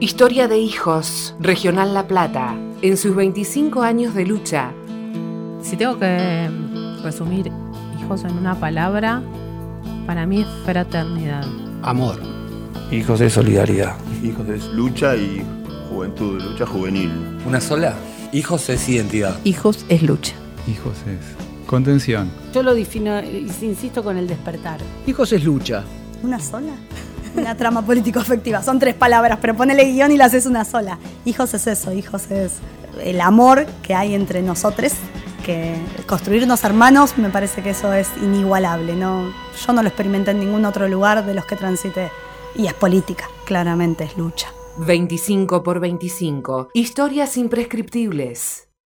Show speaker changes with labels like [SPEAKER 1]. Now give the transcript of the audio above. [SPEAKER 1] Historia de Hijos, Regional La Plata, en sus 25 años de lucha.
[SPEAKER 2] Si tengo que resumir hijos en una palabra, para mí es fraternidad.
[SPEAKER 3] Amor.
[SPEAKER 4] Hijos de solidaridad.
[SPEAKER 5] Hijos de lucha y juventud, lucha juvenil.
[SPEAKER 6] ¿Una sola? Hijos es identidad.
[SPEAKER 7] Hijos es lucha.
[SPEAKER 8] Hijos es contención.
[SPEAKER 9] Yo lo defino, insisto, con el despertar.
[SPEAKER 10] Hijos es lucha.
[SPEAKER 11] ¿Una sola? una trama político-afectiva. Son tres palabras, pero ponele guión y las es una sola. Hijos es eso, hijos es el amor que hay entre nosotros, que construirnos hermanos me parece que eso es inigualable. ¿no? Yo no lo experimenté en ningún otro lugar de los que transité. Y es política, claramente es lucha.
[SPEAKER 1] 25 por 25. Historias imprescriptibles.